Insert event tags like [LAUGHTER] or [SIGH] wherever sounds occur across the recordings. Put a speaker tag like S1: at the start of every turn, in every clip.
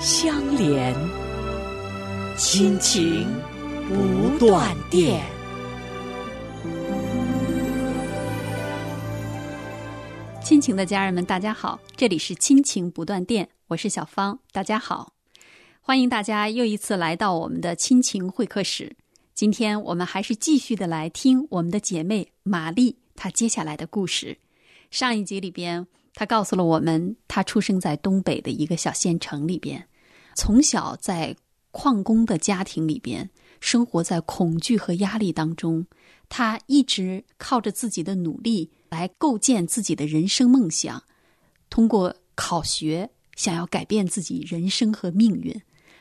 S1: 相连，亲情不断电。
S2: 亲情的家人们，大家好，这里是亲情不断电，我是小芳，大家好，欢迎大家又一次来到我们的亲情会客室。今天我们还是继续的来听我们的姐妹玛丽她接下来的故事。上一集里边，她告诉了我们，她出生在东北的一个小县城里边，从小在矿工的家庭里边生活在恐惧和压力当中。她一直靠着自己的努力来构建自己的人生梦想，通过考学想要改变自己人生和命运。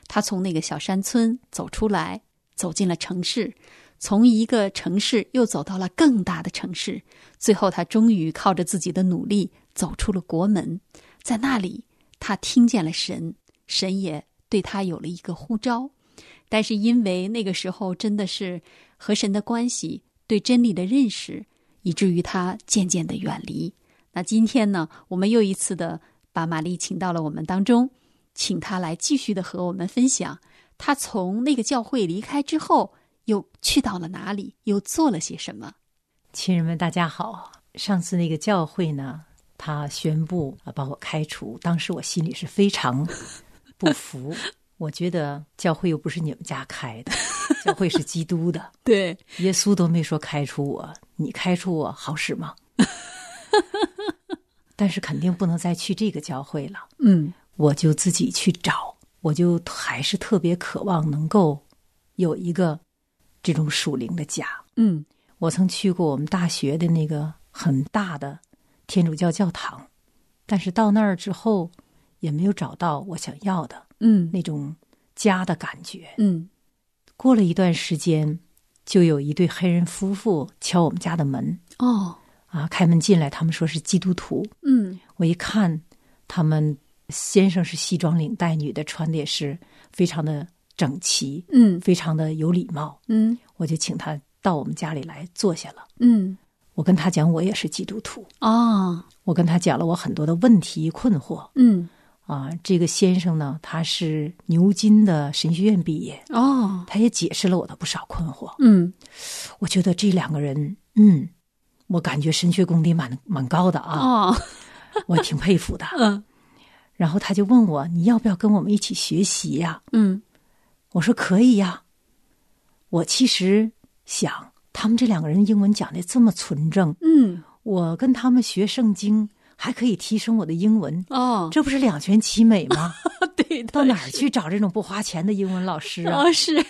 S2: 她从那个小山村走出来，走进了城市，从一个城市又走到了更大的城市，最后她终于靠着自己的努力走出了国门。在那里，她听见了神，神也对她有了一个呼召。但是因为那个时候真的是和神的关系、对真理的认识，以至于他渐渐的远离。那今天呢，我们又一次的把玛丽请到了我们当中，请她来继续的和我们分享，她从那个教会离开之后，又去到了哪里，又做了些什么。
S3: 亲人们，大家好。上次那个教会呢，他宣布啊把我开除，当时我心里是非常 [LAUGHS] 不服。我觉得教会又不是你们家开的，教会是基督的，
S2: 对，
S3: 耶稣都没说开除我，你开除我好使吗？ [LAUGHS] 但是肯定不能再去这个教会了，
S2: 嗯
S3: 我就自己去找，我就还是特别渴望能够有一个这种属灵的家。
S2: 嗯
S3: 我曾去过我们大学的那个很大的天主教教堂，但是到那儿之后也没有找到我想要的
S2: 嗯
S3: 那种家的感觉。
S2: 嗯
S3: 过了一段时间，就有一对黑人夫妇敲我们家的门
S2: 哦
S3: 啊，开门进来，他们说是基督徒。
S2: 嗯
S3: 我一看，他们先生是西装领带，女的穿的也是非常的整齐，
S2: 嗯
S3: 非常的有礼貌，
S2: 嗯
S3: 我就请他到我们家里来坐下了。
S2: 嗯
S3: 我跟他讲，我也是基督徒。
S2: 哦
S3: 我跟他讲了我很多的问题困惑
S2: 嗯
S3: 啊。这个先生呢，他是牛津的神学院毕业，
S2: 哦
S3: 他也解释了我的不少困惑。
S2: 嗯
S3: 我觉得这两个人，嗯，我感觉神学功底蛮蛮高的啊，
S2: 哦。
S3: 我挺佩服的
S2: [LAUGHS] 嗯
S3: 然后他就问我，你要不要跟我们一起学习呀、
S2: 嗯
S3: 我说可以呀、我其实想，他们这两个人英文讲的这么纯正，
S2: 嗯
S3: 我跟他们学圣经还可以提升我的英文，
S2: 哦
S3: [LAUGHS] 这不是两全其美吗？
S2: 对
S3: 到哪儿去找这种不花钱的英文老师
S2: [LAUGHS]
S3: 啊？
S2: 啊是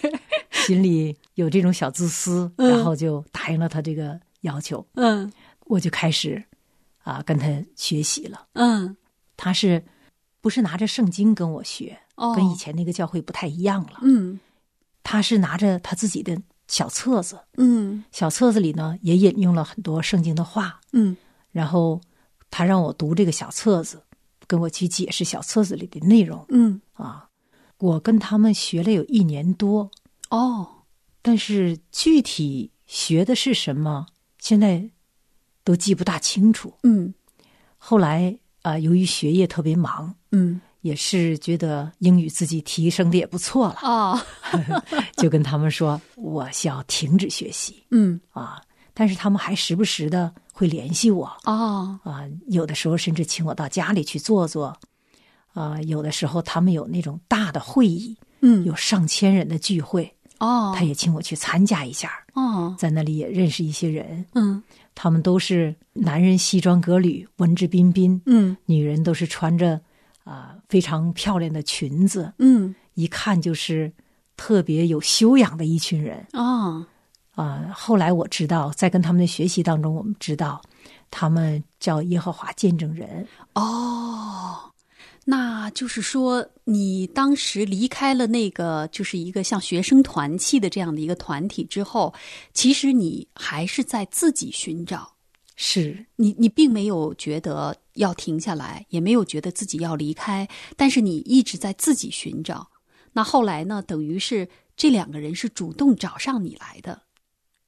S3: 心里有这种小自私，
S2: 嗯
S3: 然后就答应了他这个要求，
S2: 嗯
S3: 我就开始啊跟他学习了。
S2: 嗯
S3: 他是不是拿着圣经跟我学？
S2: 哦
S3: 跟以前那个教会不太一样了。
S2: 嗯
S3: 他是拿着他自己的小册子，
S2: 嗯
S3: 小册子里呢也引用了很多圣经的话，
S2: 嗯
S3: 然后他让我读这个小册子，跟我去解释小册子里的内容
S2: 嗯
S3: 啊。我跟他们学了有一年多，
S2: 哦
S3: 但是具体学的是什么，现在都记不大清楚。
S2: 嗯
S3: 后来啊、由于学业特别忙，
S2: 嗯
S3: 也是觉得英语自己提升的也不错
S2: [LAUGHS]
S3: 了，
S2: 哦
S3: 就跟他们说我想停止学习
S2: 嗯
S3: 啊。但是他们还时不时的会联系我
S2: 哦
S3: 啊，有的时候甚至请我到家里去坐坐，啊，有的时候他们有那种大的会议，
S2: 嗯
S3: 有上千人的聚会，
S2: 哦
S3: 他也请我去参加一下，
S2: 哦
S3: 在那里也认识一些人。
S2: 嗯
S3: 他们都是男人西装革履、文质彬彬，
S2: 嗯
S3: 女人都是穿着啊、非常漂亮的裙子，
S2: 嗯
S3: 一看就是特别有修养的一群人
S2: 哦
S3: 啊、后来我知道，在跟他们的学习当中，我们知道他们叫耶和华见证人，
S2: 哦，那就是说，你当时离开了那个就是一个像学生团契的这样的一个团体之后，其实你还是在自己寻找，
S3: 是
S2: 你你并没有觉得要停下来，也没有觉得自己要离开，但是你一直在自己寻找。那后来呢，等于是这两个人是主动找上你来的，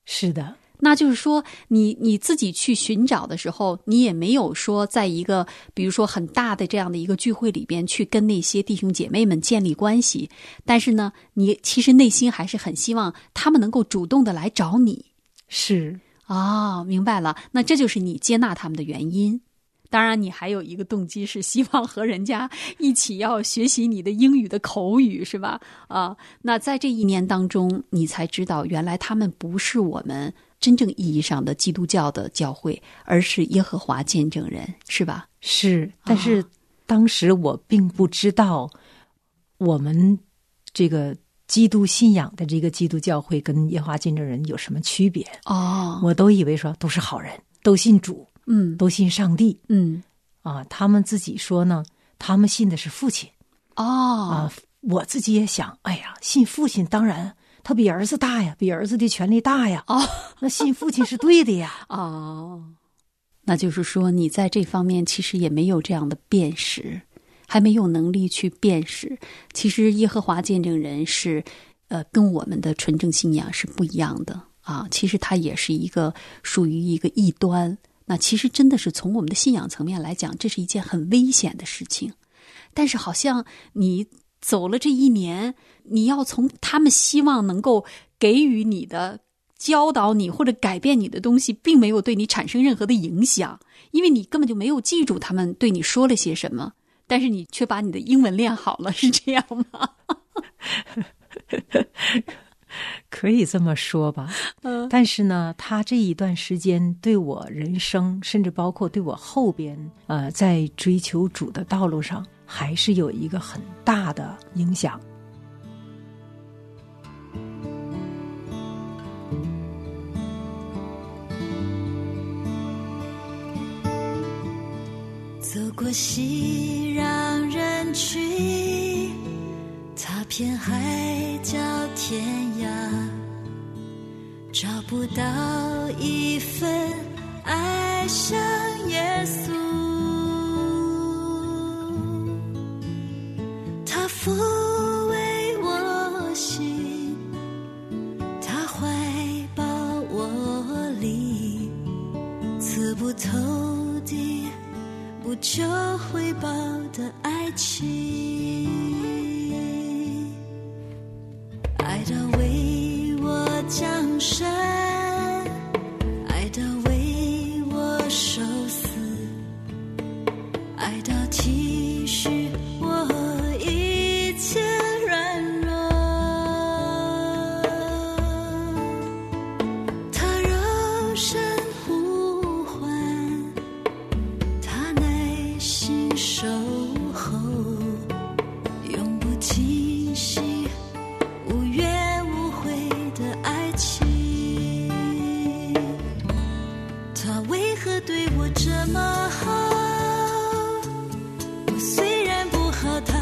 S3: 是的，
S2: 那就是说你，你自己去寻找的时候，你也没有说在一个比如说很大的这样的一个聚会里边去跟那些弟兄姐妹们建立关系，但是呢，你其实内心还是很希望他们能够主动的来找你。
S3: 是
S2: 哦，明白了，那这就是你接纳他们的原因。当然，你还有一个动机是希望和人家一起要学习你的英语的口语，是吧？啊，那在这一年当中，你才知道原来他们不是我们真正意义上的基督教的教会，而是耶和华见证人，是吧？
S3: 是，但是当时我并不知道，我们这个基督信仰的这个基督教会跟耶和华见证人有什么区别，
S2: 哦，
S3: 我都以为说都是好人，都信主，
S2: 嗯
S3: 都信上帝
S2: 嗯，
S3: 啊。他们自己说呢，他们信的是父亲
S2: 哦，
S3: 啊。我自己也想，哎呀，信父亲当然他比儿子大呀，比儿子的权利大呀。
S2: 哦，
S3: 那信父亲是对的呀。
S2: 哦，那就是说你在这方面其实也没有这样的辨识，还没有能力去辨识。其实耶和华见证人是，呃，跟我们的纯正信仰是不一样的啊。其实它也是一个属于一个异端。那其实真的是从我们的信仰层面来讲，这是一件很危险的事情。但是好像你走了这一年，你要从他们希望能够给予你的、教导你或者改变你的东西，并没有对你产生任何的影响，因为你根本就没有记住他们对你说了些什么。但是你却把你的英文练好了，是这样吗？
S3: [LAUGHS] 可以这么说吧，
S2: 嗯
S3: 但是呢，他这一段时间对我人生，甚至包括对我后边，呃，在追求主的道路上，还是有一个很大的影响。
S4: 走过熙攘人群，踏遍海角天涯，找不到一份爱像耶稣。他抚慰我心，他怀抱我里，刺不透的。不求回报的爱情，爱到为我降生，爱到为我受死，爱到体恤我一切软弱，他柔声呼唤。他耐心守候，永不停息，无怨无悔的爱情。他为何对我这么好？我虽然不好，他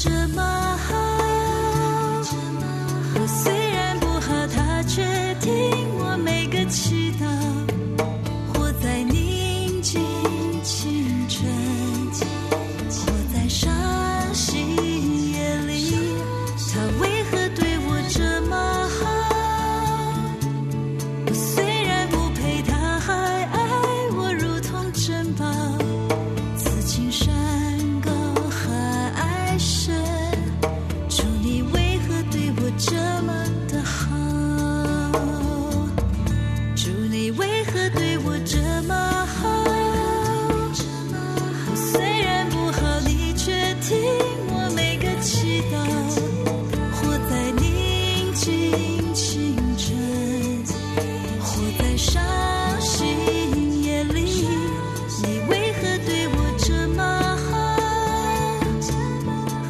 S4: 这么好，我虽然不好，他却听我每个祈祷，活在宁静清晨，活在伤心夜里，他为何对我这么好？我虽然不配，他还爱我如同珍宝。此情山高海深，主你为何对我这么的好？主你为何对我这么好？我虽然不好，你却听我每个祈祷，活在宁静清晨。活在伤心夜里，你为何对我这么好？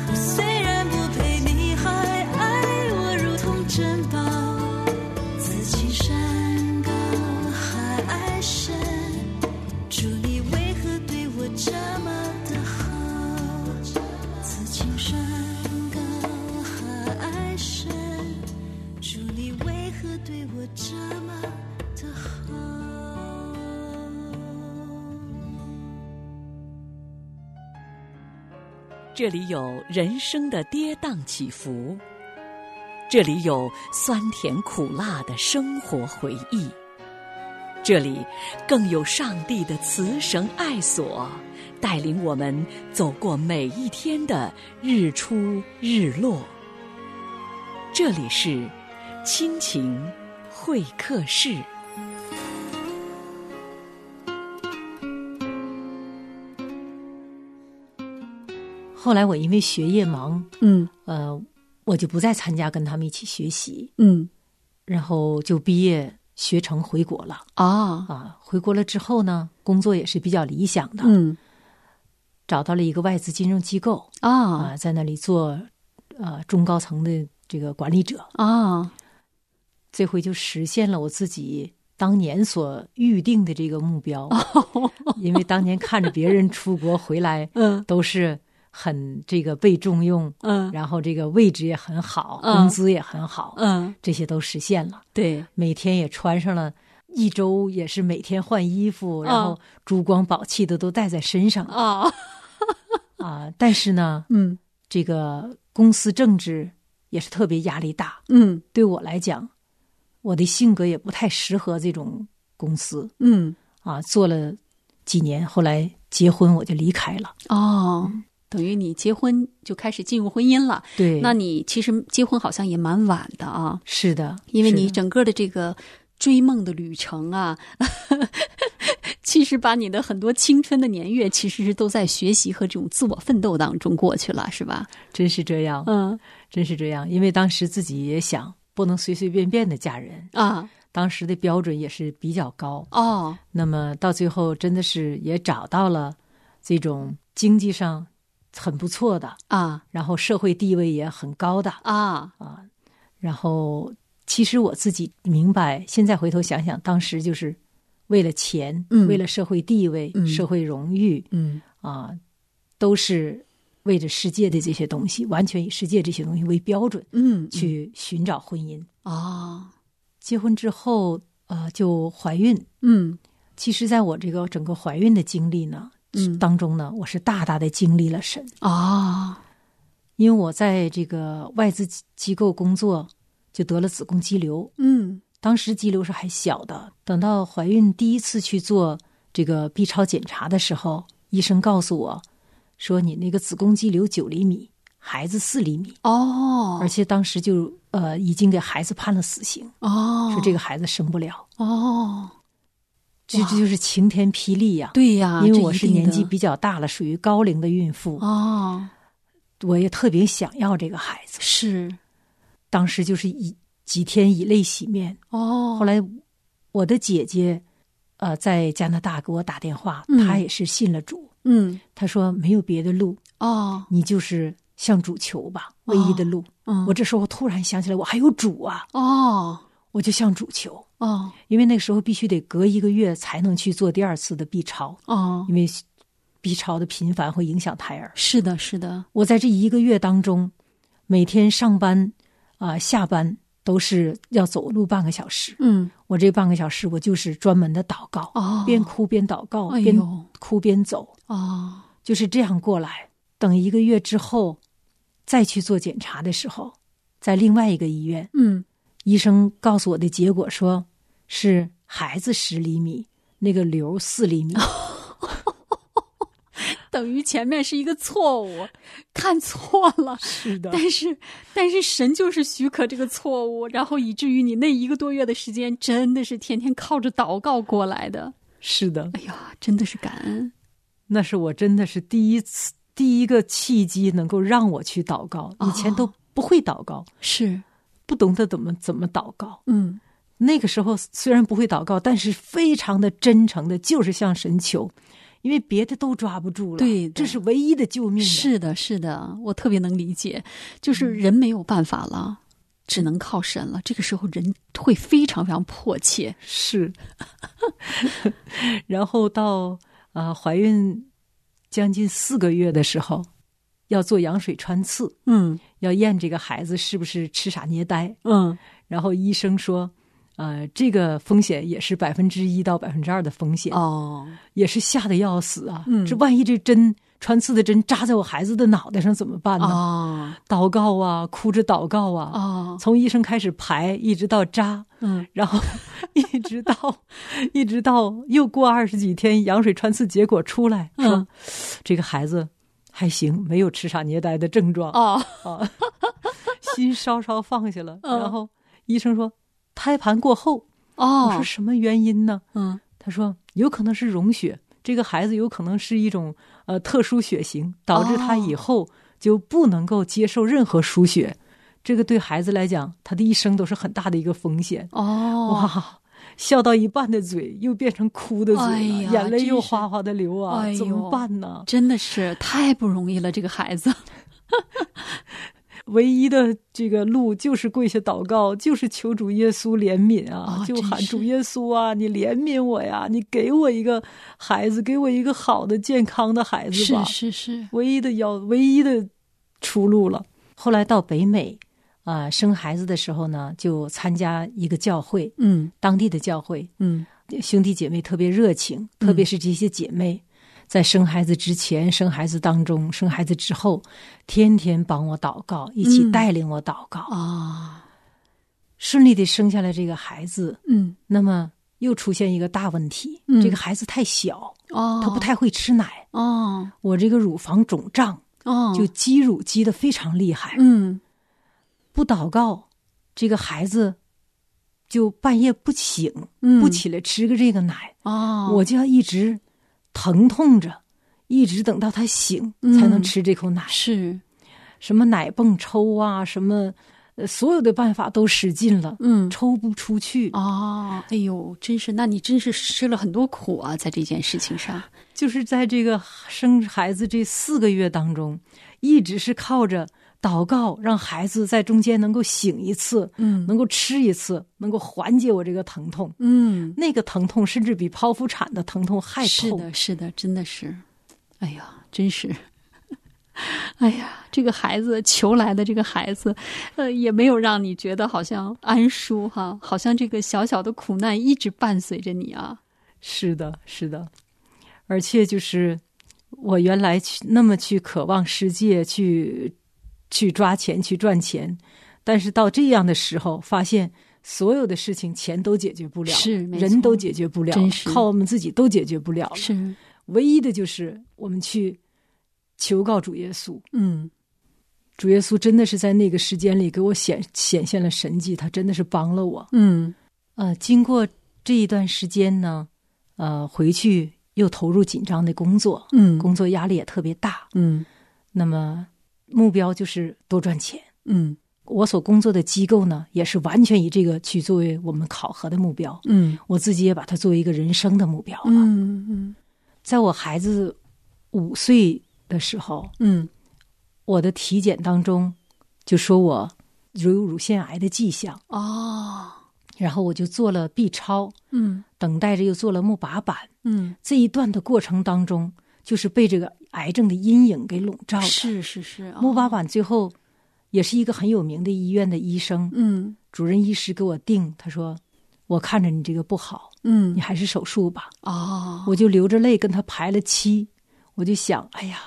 S4: 我虽然不配，你还爱我如同珍宝。自己山高海深，主你为何对我这么的好？自己山高海深。主，你为何对我这么的好？
S1: 这里有人生的跌宕起伏，这里有酸甜苦辣的生活回忆，这里更有上帝的慈绳爱索，带领我们走过每一天的日出日落。这里是亲情会客室。
S3: 后来我因为学业忙，
S2: 嗯
S3: 呃，我就不再参加跟他们一起学习，
S2: 嗯，
S3: 然后就毕业学成回国了
S2: 哦，
S3: 啊。回国了之后呢，工作也是比较理想的，
S2: 嗯
S3: 找到了一个外资金融机构
S2: 哦
S3: 啊，在那里做呃中高层的这个管理者。
S2: 哦，
S3: 这回就实现了我自己当年所预定的这个目标，
S2: 哦
S3: 因为当年看着别人出国回
S2: [LAUGHS]
S3: 来
S2: 嗯
S3: 都是很这个被重用，
S2: 嗯
S3: 然后这个位置也很好，
S2: 嗯
S3: 工资也很好，
S2: 嗯，
S3: 这些都实现了。
S2: 对，
S3: 每天也穿上了，一周也是每天换衣
S2: 嗯
S3: 服，然后珠光宝气的都带在身上啊、
S2: 哦，
S3: 但是呢，
S2: 嗯
S3: 这个公司政治也是特别压力大。
S2: 嗯
S3: 对我来讲，我的性格也不太适合这种公司
S2: 嗯，
S3: 啊。做了几年，后来结婚我就离开了。
S2: 哦，等于你结婚就开始进入婚姻了。
S3: 对
S2: 那你其实结婚好像也蛮晚的啊，
S3: 是的，
S2: 因为
S3: 是的
S2: 你整个的这个追梦的旅程啊， [LAUGHS] 其实把你的很多青春的年月，其实是都在学习和这种自我奋斗当中过去了，是吧？
S3: 真是这样，
S2: 嗯
S3: 真是这样。因为当时自己也想，不能随随便便的嫁人，
S2: 啊
S3: 当时的标准也是比较高。
S2: 哦
S3: 那么到最后，真的是也找到了这种经济上很不错的，
S2: 啊
S3: 然后社会地位也很高的，
S2: 啊
S3: 然后其实我自己明白，现在回头想想，当时就是为了钱，
S2: 嗯
S3: 为了社会地位、
S2: 嗯
S3: 社会荣誉
S2: 嗯
S3: 啊，都是为着世界的这些东西，完全以世界这些东西为标准
S2: 嗯
S3: 去寻找婚姻。
S2: 哦
S3: 结婚之后，呃，就怀孕。
S2: 嗯
S3: 其实，在我这个整个怀孕的经历呢，
S2: 嗯
S3: 当中呢，我是大大的经历了神，
S2: 哦
S3: 因为我在这个外资机机构工作，就得了子宫肌瘤。
S2: 嗯
S3: 当时肌瘤是还小的，等到怀孕第一次去做这个 B 超检查的时候，医生告诉我说：“你那个子宫肌瘤九厘米，孩子四厘米。
S2: 哦
S3: 而且当时就呃已经给孩子判了死刑，
S2: 哦
S3: 说这个孩子生不了。
S2: 哦
S3: 这这就是晴天霹雳呀、
S2: 对呀，
S3: 因
S2: 啊这
S3: 为
S2: 一
S3: 我是
S2: 定
S3: 年纪
S2: 的
S3: 比较大了，属于高龄的孕妇，
S2: 哦
S3: 我也特别想要这个孩子。
S2: 是
S3: 当时就是以几天以泪洗面，
S2: 哦
S3: 后来我的姐姐，呃，在加拿大给我打电话，
S2: 嗯
S3: 她也是信了主，
S2: 嗯
S3: 她说没有别的路，
S2: 哦
S3: 你就是向主求吧，唯一的路。
S2: 嗯
S3: 我这时候突然想起来，我还有主啊，
S2: 哦
S3: 我就向主求，
S2: 哦
S3: 因为那个时候必须得隔一个月才能去做第二次的 B 超，
S2: 哦
S3: 因为低潮的频繁会影响胎儿。
S2: 是的，是的，
S3: 我在这一个月当中，每天上班啊、下班都是要走路半个小时。
S2: 嗯，
S3: 我这半个小时，我就是专门的祷告，
S2: 哦，
S3: 边哭边祷告，
S2: 哎呦
S3: 边哭边走，
S2: 哦，
S3: 就是这样过来。等一个月之后，再去做检查的时候，在另外一个医院，
S2: 嗯，
S3: 医生告诉我的结果说是孩子十厘米，那个瘤四厘米。
S2: 等于前面是一个错误， [LAUGHS] 看错了。
S3: 是 [LAUGHS] 的
S2: 但是，但是神就是许可这个错误，然后以至于你那一个多月的时间，真的是天天靠着祷告过来的。
S3: 是的，
S2: 哎呀，真的是感恩。
S3: 那是我真的是第一次，第一个契机能够让我去祷告，以前
S2: 哦
S3: 都不会祷告，
S2: 是，
S3: 不懂得怎么怎么祷告。
S2: 嗯，
S3: 那个时候虽然不会祷告，但是非常的真诚的，就是向神求，因为别的都抓不住了，
S2: 对的
S3: 这是唯一的救命的。
S2: 是的，是的，我特别能理解，就是人没有办法了，只能靠神了。这个时候人会非常非常迫切。
S3: 是， [LAUGHS] 然后到啊、呃怀孕将近四个月的时候，要做羊水穿刺，
S2: 嗯
S3: 要验这个孩子是不是痴傻捏呆。
S2: 嗯，
S3: 然后医生说，呃，这个风险也是百分之一到百分之二的风险，
S2: 哦，
S3: 也是吓得要死啊！
S2: 嗯
S3: 这万一这针穿刺的针扎在我孩子的脑袋上怎么办呢？
S2: 哦，
S3: 祷告啊，哭着祷告啊，
S2: 哦，
S3: 从医生开始排一直到扎，
S2: 嗯，
S3: 然后 [LAUGHS] 一直到一直到又过二十几天，羊水穿刺结果出来，说、
S2: 嗯
S3: 这个孩子还行，没有痴傻捏呆的症状，
S2: 哦，
S3: 啊， [LAUGHS] 心稍稍放下了。
S2: 嗯
S3: 然后医生说，胎盘过后，我
S2: 哦
S3: 说，什么原因呢？
S2: 嗯，
S3: 他说有可能是溶血，这个孩子有可能是一种呃特殊血型，导致他以后就不能够接受任何输血，这个对孩子来讲，他的一生都是很大的一个风险。
S2: 哦，
S3: 哇！笑到一半的嘴又变成哭的嘴了，
S2: 哎呀
S3: 眼泪又
S2: 真是
S3: 哗哗的流啊，
S2: 哎呦
S3: 怎么办呢？
S2: 真的是太不容易了，这个孩子。
S3: 唯一的这个路就是跪下祷告，就是求主耶稣怜悯啊，
S2: 哦
S3: 就
S2: 真
S3: 喊
S2: 是
S3: 主耶稣啊，你怜悯我呀，你给我一个孩子，给我一个好的健康的孩子吧，
S2: [LAUGHS] 是是，
S3: 唯一的要唯一的出路了。后来到北美啊、生孩子的时候呢，就参加一个教会，
S2: 嗯
S3: 当地的教会，
S2: 嗯，
S3: 兄弟姐妹特别热情，特别是这些姐妹，在生孩子之前、生孩子当中、生孩子之后，天天帮我祷告，一起
S2: 嗯
S3: 带领我祷告，
S2: 啊，
S3: 顺利的生下来这个孩子。
S2: 嗯
S3: 那么又出现一个大问题，
S2: 嗯
S3: 这个孩子太小，
S2: 哦，
S3: 他不太会吃奶，
S2: 哦
S3: 我这个乳房肿胀，
S2: 哦，
S3: 就积乳积得非常厉害。
S2: 嗯
S3: 不祷告，这个孩子就半夜不醒，
S2: 嗯
S3: 不起来吃个这个奶。
S2: 哦，
S3: 我就要一直疼痛着，一直等到他醒
S2: 嗯
S3: 才能吃这口奶。
S2: 是
S3: 什么奶泵抽啊，什么呃，所有的办法都使尽了，
S2: 嗯
S3: 抽不出去。
S2: 哦，哎呦，真是，那你真是吃了很多苦啊，在这件事情上。
S3: 就是在这个生孩子这四个月当中，一直是靠着祷告，让孩子在中间能够醒一次，
S2: 嗯
S3: 能够吃一次，能够缓解我这个疼痛。
S2: 嗯，
S3: 那个疼痛甚至比剖腹产的疼痛还痛。
S2: 是的，是的，真的是，哎呀，真是。 [LAUGHS] 哎呀，这个孩子求来的这个孩子，呃，也没有让你觉得好像安舒哈，好像这个小小的苦难一直伴随着你啊。
S3: 是的，是的，而且就是我原来去那么去渴望世界，去去抓钱，去赚钱，但是到这样的时候，发现所有的事情钱都解决不了，
S2: 是没
S3: 人都
S2: 错
S3: 解决不了
S2: 真，是
S3: 靠我们自己都解决不了了
S2: 是，
S3: 唯一的就是我们去求告主耶稣。
S2: 嗯
S3: 主耶稣真的是在那个时间里给我显显现了神迹，他真的是帮了我。
S2: 嗯
S3: 呃，经过这一段时间呢，呃，回去又投入紧张的工作，
S2: 嗯
S3: 工作压力也特别大。
S2: 嗯
S3: 那么目标就是多赚钱。
S2: 嗯
S3: 我所工作的机构呢，也是完全以这个去作为我们考核的目标，
S2: 嗯
S3: 我自己也把它作为一个人生的目标了。
S2: 嗯
S3: 在我孩子五岁的时候，
S2: 嗯
S3: 我的体检当中就说我有乳腺癌的迹象，
S2: 哦，
S3: 然后我就做了 B 超，
S2: 嗯
S3: 等待着又做了钼靶板。
S2: 嗯
S3: 这一段的过程当中，就是被这个癌症的阴影给笼罩着。
S2: 是哦是是，哦
S3: 莫巴板最后也是一个很有名的医院的医生，
S2: 嗯
S3: 主任医师给我定，他说：“我看着你这个不好，
S2: 嗯
S3: 你，还是手术吧。
S2: 哦，
S3: 我就流着泪跟他排了期，我就想，哎呀，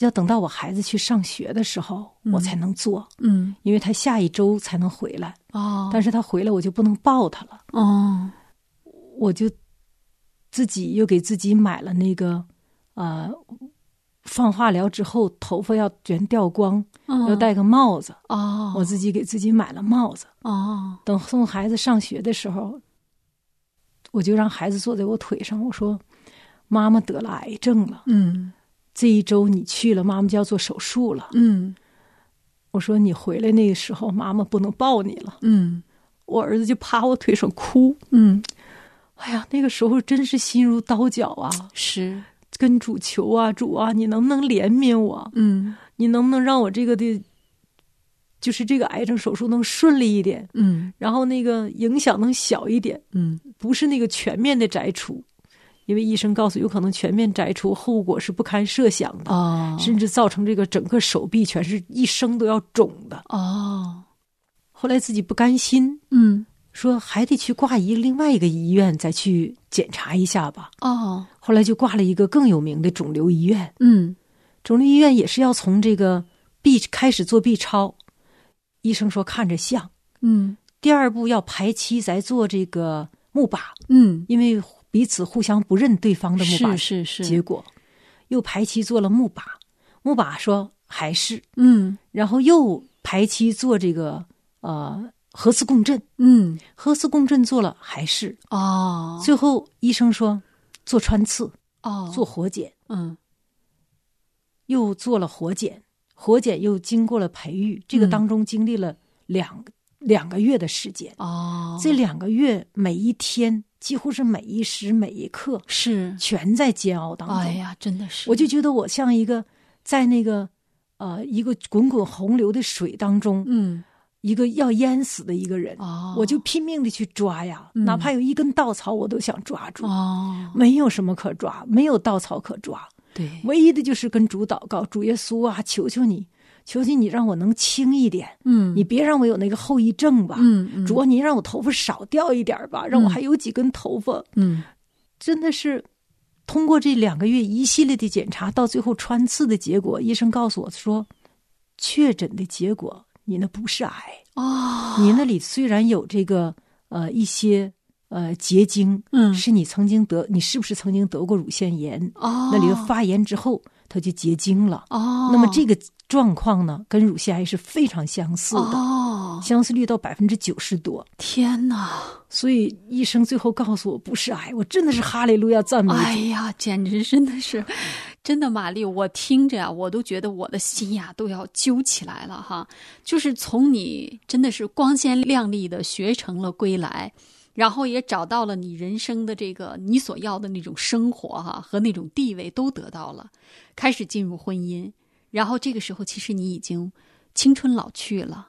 S3: 要等到我孩子去上学的时候，我才能做，
S2: 嗯
S3: 因为他下一周才能回来。
S2: 哦，
S3: 但是他回来，我就不能抱他了，
S2: 哦，
S3: 我就自己又给自己买了那个，呃，放化疗之后头发要全掉光，要戴个帽子，
S2: 嗯哦，
S3: 我自己给自己买了帽子。
S2: 哦
S3: 等送孩子上学的时候，我就让孩子坐在我腿上，我说：“妈妈得了癌症了，
S2: 嗯
S3: 这一周你去了，妈妈就要做手术了。
S2: 嗯”
S3: 我说：“你回来那个时候，妈妈不能抱你了。
S2: 嗯”
S3: 我儿子就趴我腿上哭。
S2: 嗯，
S3: 哎呀，那个时候真是心如刀绞啊！
S2: 是，
S3: 跟主求啊，主啊，你能不能怜悯我？
S2: 嗯
S3: 你能不能让我这个的，就是这个癌症手术能顺利一点，
S2: 嗯
S3: 然后那个影响能小一点？
S2: 嗯
S3: 不是那个全面的摘除，因为医生告诉有可能全面摘除后果是不堪设想的，
S2: 哦
S3: 甚至造成这个整个手臂全是一生都要肿的。
S2: 哦，
S3: 后来自己不甘心，
S2: 嗯
S3: 说还得去挂一另外一个医院再去检查一下吧。
S2: 哦
S3: 后来就挂了一个更有名的肿瘤医院，
S2: 嗯
S3: 肿瘤医院也是要从这个 B 开始做 B 超，医生说看着像，
S2: 嗯
S3: 第二步要排期再做这个钼靶，
S2: 嗯，
S3: 因为彼此互相不认对方的钼靶
S2: 是是是，
S3: 结果又排期做了木靶，木靶说还是，
S2: 嗯
S3: 然后又排期做这个呃核磁共振，
S2: 嗯
S3: 核磁共振做了还是，
S2: 哦
S3: 最后医生说做穿刺，
S2: 哦
S3: 做活检，
S2: 嗯
S3: 又做了活检，活检又经过了培育，这个
S2: 嗯
S3: 当中经历了两两个月的时间，
S2: 哦，
S3: 这两个月每一天几乎是每一时每一刻
S2: 是，
S3: 全在煎熬当中，
S2: 哎呀，真的是，
S3: 我就觉得我像一个在那个呃一个滚滚洪流的水当中，
S2: 嗯
S3: 一个要淹死的一个人，
S2: 哦，
S3: 我就拼命的去抓呀，
S2: 嗯
S3: 哪怕有一根稻草，我都想抓住。
S2: 哦，
S3: 没有什么可抓，没有稻草可抓，
S2: 对，
S3: 唯一的就是跟主祷告，主耶稣啊，求求你，求求你让我能轻一点，
S2: 嗯
S3: 你别让我有那个后遗症吧，
S2: 嗯嗯
S3: 主啊，你让我头发少掉一点儿吧，让我
S2: 嗯
S3: 还有几根头发，
S2: 嗯
S3: 真的是通过这两个月一系列的检查，到最后穿刺的结果，医生告诉我说，确诊的结果你那不是癌，
S2: 哦，
S3: 你那里虽然有这个呃一些呃结晶，
S2: 嗯
S3: 是你曾经得，你是不是曾经得过乳腺炎？
S2: 哦
S3: 那里头发炎之后，它就结晶了。
S2: 哦，
S3: 那么这个状况呢，跟乳腺癌是非常相似的，
S2: 哦，
S3: 相似率到百分之九十多。
S2: 天哪，
S3: 所以医生最后告诉我不是哎癌，我真的是哈利路亚赞美主。
S2: 哎呀，简直真的是，真的，玛丽，我听着啊，我都觉得我的心呀都要揪起来了哈。就是从你真的是光鲜亮丽的学成了归来。然后也找到了你人生的这个你所要的那种生活哈、和那种地位都得到了，开始进入婚姻，然后这个时候其实你已经青春老去了，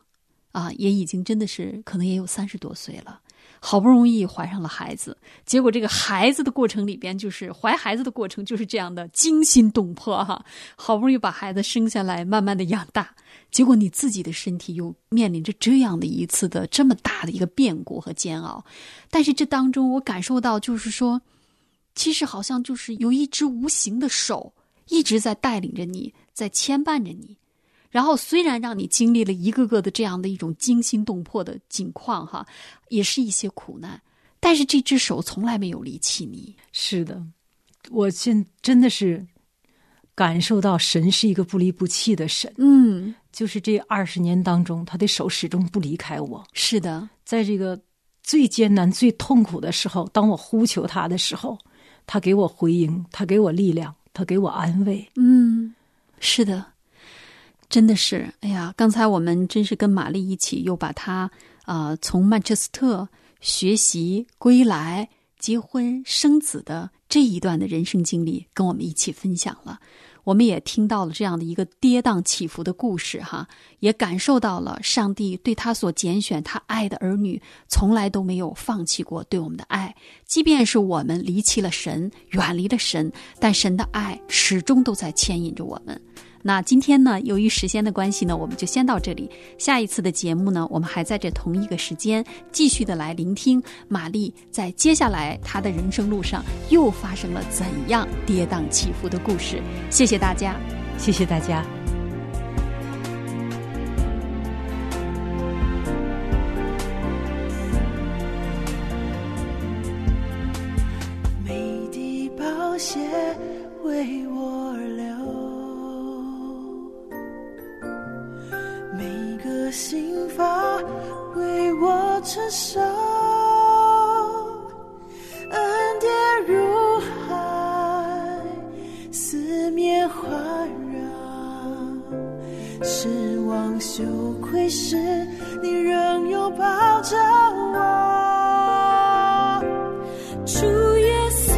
S2: 啊，也已经真的是可能也有三十多岁了，好不容易怀上了孩子，结果这个孩子的过程里边，就是怀孩子的过程就是这样的惊心动魄哈、好不容易把孩子生下来，慢慢的养大，结果你自己的身体又面临着这样的一次的这么大的一个变故和煎熬，但是这当中我感受到就是说，其实好像就是有一只无形的手一直在带领着你，在牵绊着你。然后虽然让你经历了一个个的这样的一种惊心动魄的境况哈，也是一些苦难，但是这只手从来没有离弃你。
S3: 是的，我现真的是感受到神是一个不离不弃的神，
S2: 嗯，
S3: 就是这二十年当中，他的手始终不离开我。
S2: 是的，
S3: 在这个最艰难、最痛苦的时候，当我呼求他的时候，他给我回应，他给我力量，他给我安慰。
S2: 嗯，是的，真的是，哎呀，刚才我们真是跟玛丽一起，又把她啊、呃从曼彻斯特学习归来、结婚生子的这一段的人生经历，跟我们一起分享了。我们也听到了这样的一个跌宕起伏的故事，哈，也感受到了上帝对他所拣选、他爱的儿女，从来都没有放弃过对我们的爱。即便是我们离弃了神、远离了神，但神的爱始终都在牵引着我们。那今天呢，由于时间的关系呢，我们就先到这里。下一次的节目呢，我们还在这同一个时间继续的来聆听玛丽在接下来她的人生路上又发生了怎样跌宕起伏的故事。谢谢大家。
S3: 谢谢大家。
S4: 美的宝血为我而流，每个心法为我承受，恩典如海，四面环绕，失望羞愧时，你仍拥抱着我。主耶稣，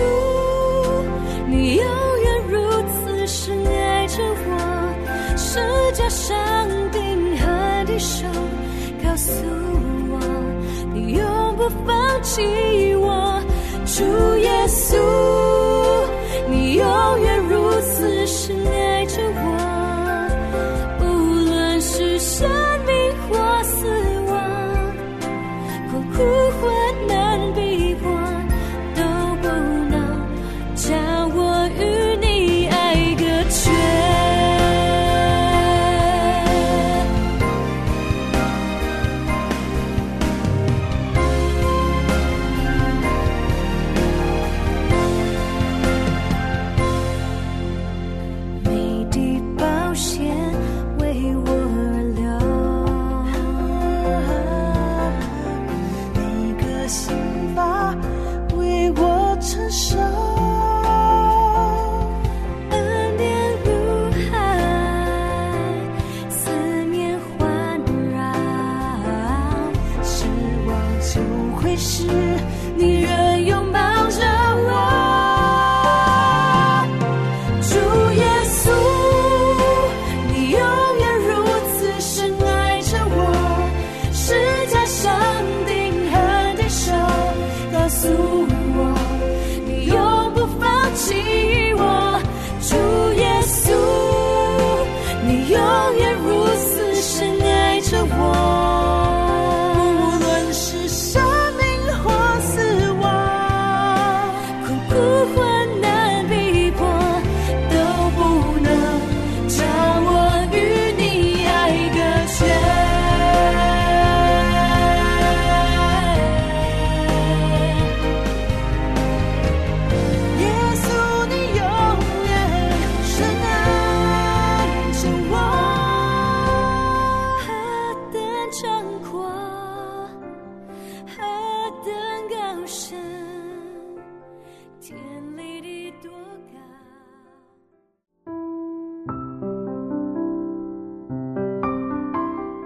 S4: 你永远如此深爱着我，施加上冰寒的手，告诉我，你永不放弃我。主耶稣，你永远如此深爱着我，无论是生命或死亡。痛苦患难逼迫都不能将我与你爱隔绝。你的宝血为我而流，每个心法为我承受。恩典如海，四面环绕，失望就会是你仍拥抱着我。主耶稣，你永远如此深爱着我，是加上定恒的手，告诉我，你永不放弃我。主耶稣，你永远如此深爱着我，无论是生命或死亡。困苦、患难、逼迫都不能将我与你爱隔绝。耶稣，你永远深爱着我，何等长阔，何等高深。天离地多高？